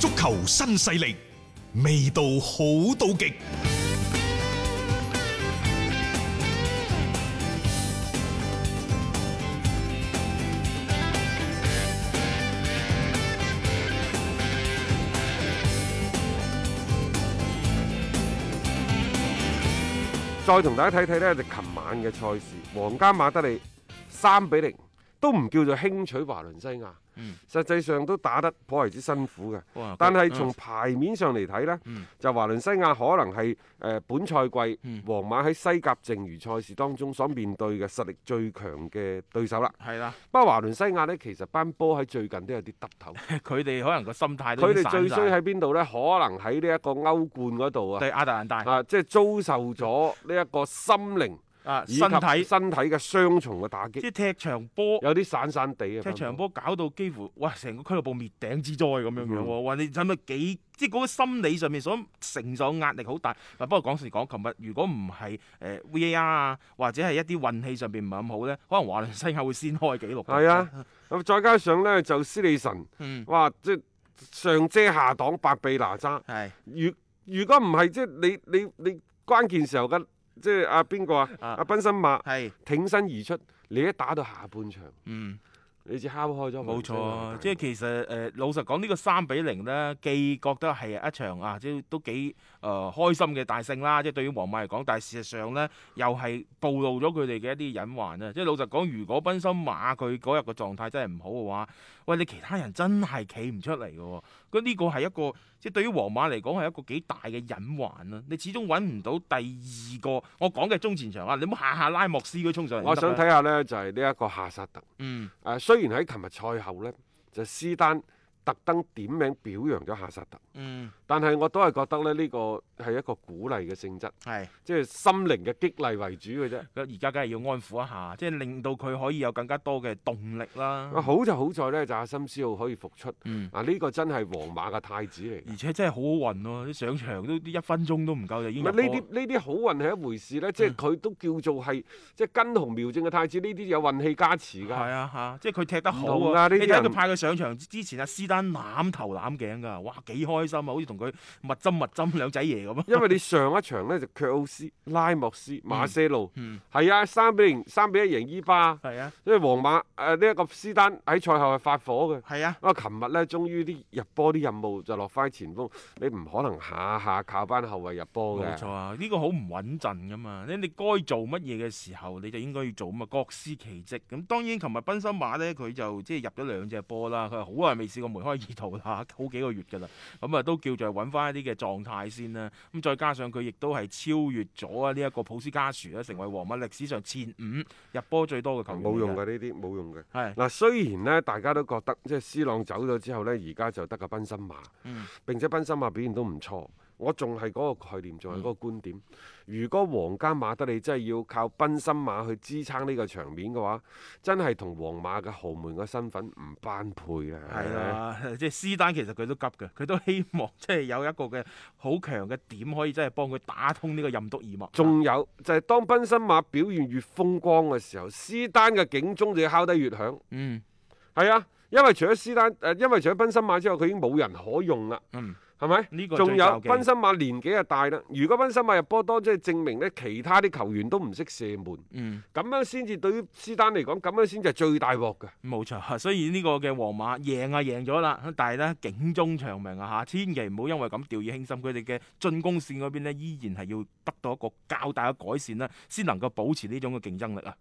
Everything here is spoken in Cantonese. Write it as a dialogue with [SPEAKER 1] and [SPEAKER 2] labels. [SPEAKER 1] 球新勢力，味道好到極。
[SPEAKER 2] 再同大家睇睇呢，就琴晚嘅賽事，皇家馬德里三比零都唔叫做輕取華倫西亞，
[SPEAKER 3] 嗯
[SPEAKER 2] 實際上都打得頗為之辛苦嘅。
[SPEAKER 3] 哇
[SPEAKER 2] 但係
[SPEAKER 3] 嗯
[SPEAKER 2] 從牌面上嚟睇呢，
[SPEAKER 3] 嗯
[SPEAKER 2] 就華倫西亞可能係誒、呃本賽季、
[SPEAKER 3] 嗯
[SPEAKER 2] 皇馬喺西甲剩餘賽事當中所面對嘅實力最強嘅對手啦。
[SPEAKER 3] 係啦，
[SPEAKER 2] 不過華倫西亞呢，其實班波喺最近都有啲耷頭，
[SPEAKER 3] 佢哋可能個心態都
[SPEAKER 2] 佢
[SPEAKER 3] 已經
[SPEAKER 2] 哋
[SPEAKER 3] 散
[SPEAKER 2] 最衰
[SPEAKER 3] 晒
[SPEAKER 2] 喺邊度呢？可能喺呢一個歐冠嗰度啊，
[SPEAKER 3] 對亞特蘭大
[SPEAKER 2] 啊即係遭受咗呢一個心靈。
[SPEAKER 3] 啊
[SPEAKER 2] 以及
[SPEAKER 3] 身體，
[SPEAKER 2] 身體嘅雙重嘅打擊，
[SPEAKER 3] 即係踢場波。
[SPEAKER 2] 有啲散散地啊。
[SPEAKER 3] 踢場波搞到幾乎，哇！成個俱樂部滅頂之災咁樣
[SPEAKER 2] 嗯
[SPEAKER 3] 樣喎，哇！你睇咪幾即係嗰個心理上面所承受嘅壓力好大。嗱，不過講時講，琴日如果唔係誒 VAR 啊，或者係一啲運氣上邊唔係咁好咧，可能華倫西亞會先開紀錄。
[SPEAKER 2] 係啊，咁再加上呢，就斯利神，
[SPEAKER 3] 嗯，
[SPEAKER 2] 哇！即係上遮下擋，百臂哪吒。
[SPEAKER 3] 係
[SPEAKER 2] 如如果唔係，即係你你你關鍵時候嘅，即係阿邊個啊？
[SPEAKER 3] 啊
[SPEAKER 2] 阿賓森馬
[SPEAKER 3] 係，
[SPEAKER 2] 挺身而出，你一打到下半場，
[SPEAKER 3] 嗯。
[SPEAKER 2] 你只敲開咗。
[SPEAKER 3] 冇錯啊，即係其實誒、呃老實講呢個三比零呢，既覺得係一場啊，即係都幾誒、呃、開心嘅大勝啦，即係對於皇馬嚟講，但係事實上呢，又係暴露咗佢哋嘅一啲隱患啊！即係老實講，如果賓森馬佢嗰日個狀態真係唔好嘅話，喂你其他人真係企唔出嚟嘅喎，咁呢個係一個即係對於皇馬嚟講係一個幾大嘅隱患啊啦。你始終揾唔到第二個，我講嘅中前場啊，你唔好下下拉莫斯佢衝上嚟。
[SPEAKER 2] 我想，睇下呢，就係呢一個夏薩特。
[SPEAKER 3] 嗯，
[SPEAKER 2] 誒，雖然喺琴日賽後呢，就斯丹特登點名表揚咗夏薩特。
[SPEAKER 3] 嗯，
[SPEAKER 2] 但係我都係覺得咧，呢個係一個鼓勵嘅性質，
[SPEAKER 3] 係。
[SPEAKER 2] 即係心靈嘅激勵為主嘅啫。
[SPEAKER 3] 咁而家梗係要安撫一下，即係令到佢可以有更加多嘅動力啦。
[SPEAKER 2] 好就好在呢，就阿森斯奧可以復出。
[SPEAKER 3] 嗯，
[SPEAKER 2] 啊，呢、個真係皇馬嘅太子嚟。
[SPEAKER 3] 而且真係好好運咯、啲上場都一分鐘都唔夠就已經
[SPEAKER 2] 唔
[SPEAKER 3] 入
[SPEAKER 2] 係啊
[SPEAKER 3] 波嗯
[SPEAKER 2] 呢啲呢啲好運係一回事呢，即係佢都叫做係即係根紅苗正嘅太子，呢啲有運氣加持
[SPEAKER 3] 係
[SPEAKER 2] 㗎。
[SPEAKER 3] 啊嚇、即係佢踢得好
[SPEAKER 2] 唔同
[SPEAKER 3] 啊！
[SPEAKER 2] 㗎呢
[SPEAKER 3] 你
[SPEAKER 2] 啲
[SPEAKER 3] 睇佢
[SPEAKER 2] 人
[SPEAKER 3] 派佢上場之前啊，斯丹攬頭攬頸㗎，哇幾開心啊！好似同佢密針密針兩仔爺咁啊！
[SPEAKER 2] 因為你上一場呢，就卻奧斯、拉莫斯、馬塞路，
[SPEAKER 3] 嗯，
[SPEAKER 2] 係、啊，三比零、三比一贏伊巴，
[SPEAKER 3] 係啊，
[SPEAKER 2] 因為皇馬誒呢一個斯丹喺賽後係發火嘅。
[SPEAKER 3] 係啊。
[SPEAKER 2] 啊！琴日呢，終於啲入波啲任務就落翻前鋒，你唔可能下下靠班後衞入波
[SPEAKER 3] 冇
[SPEAKER 2] 嘅。
[SPEAKER 3] 錯啊！呢、個好唔穩陣噶嘛，你你該做乜嘢嘅時候，你就應該要做咁啊，各司其職。咁當然，琴日賓森馬呢，佢就即係入咗兩隻波啦，佢好耐未試過梅開二度啦， 好幾個月㗎啦。咁啊，都叫做揾翻一啲嘅狀態先啦。咁再加上佢亦都係超越咗啊呢一個普斯加殊啦，成為皇馬歷史上前五入波最多嘅球員。
[SPEAKER 2] 冇用
[SPEAKER 3] 嘅，
[SPEAKER 2] 嘅啊呢啲，冇用嘅。
[SPEAKER 3] 係
[SPEAKER 2] 嗱，雖然呢，大家都覺得即係 C 朗走咗之後呢，而家就得個賓森馬，
[SPEAKER 3] 嗯
[SPEAKER 2] 並且賓森馬表現都唔錯。我仲係嗰個概念，
[SPEAKER 3] 嗯
[SPEAKER 2] 仲係嗰個觀點。如果皇家馬德里真係要靠賓森馬去支撐呢個場面嘅話，真係同皇馬嘅豪門嘅身份唔般配啊！
[SPEAKER 3] 係啦，即係斯丹其實佢都急嘅，佢都希望即係有一個嘅好強嘅點可以真係幫佢打通呢個任督二脈。
[SPEAKER 2] 仲有就係、當賓森馬表現越風光嘅時候，斯丹嘅警鐘就要敲得越響。
[SPEAKER 3] 嗯
[SPEAKER 2] 係啊，因為除咗斯丹誒、呃因為除咗賓森馬之後，佢已經冇人可用啦，
[SPEAKER 3] 嗯。
[SPEAKER 2] 係咪？
[SPEAKER 3] 呢個
[SPEAKER 2] 仲有
[SPEAKER 3] 最
[SPEAKER 2] 賓森馬年紀又大啦，如果賓森馬入波多，即係證明呢其他啲球員都唔識射門，
[SPEAKER 3] 嗯，
[SPEAKER 2] 咁樣先至對於斯丹嚟講，咁樣先至係最大鑊嘅。
[SPEAKER 3] 冇錯， 所以呢個嘅皇馬贏啊贏咗啦，但係咧警鐘長鳴啊嚇，千祈唔好因為咁掉以輕心，佢哋嘅進攻線嗰邊咧依然係要得到一個較大嘅改善啦，先能夠保持呢種嘅競爭力啊。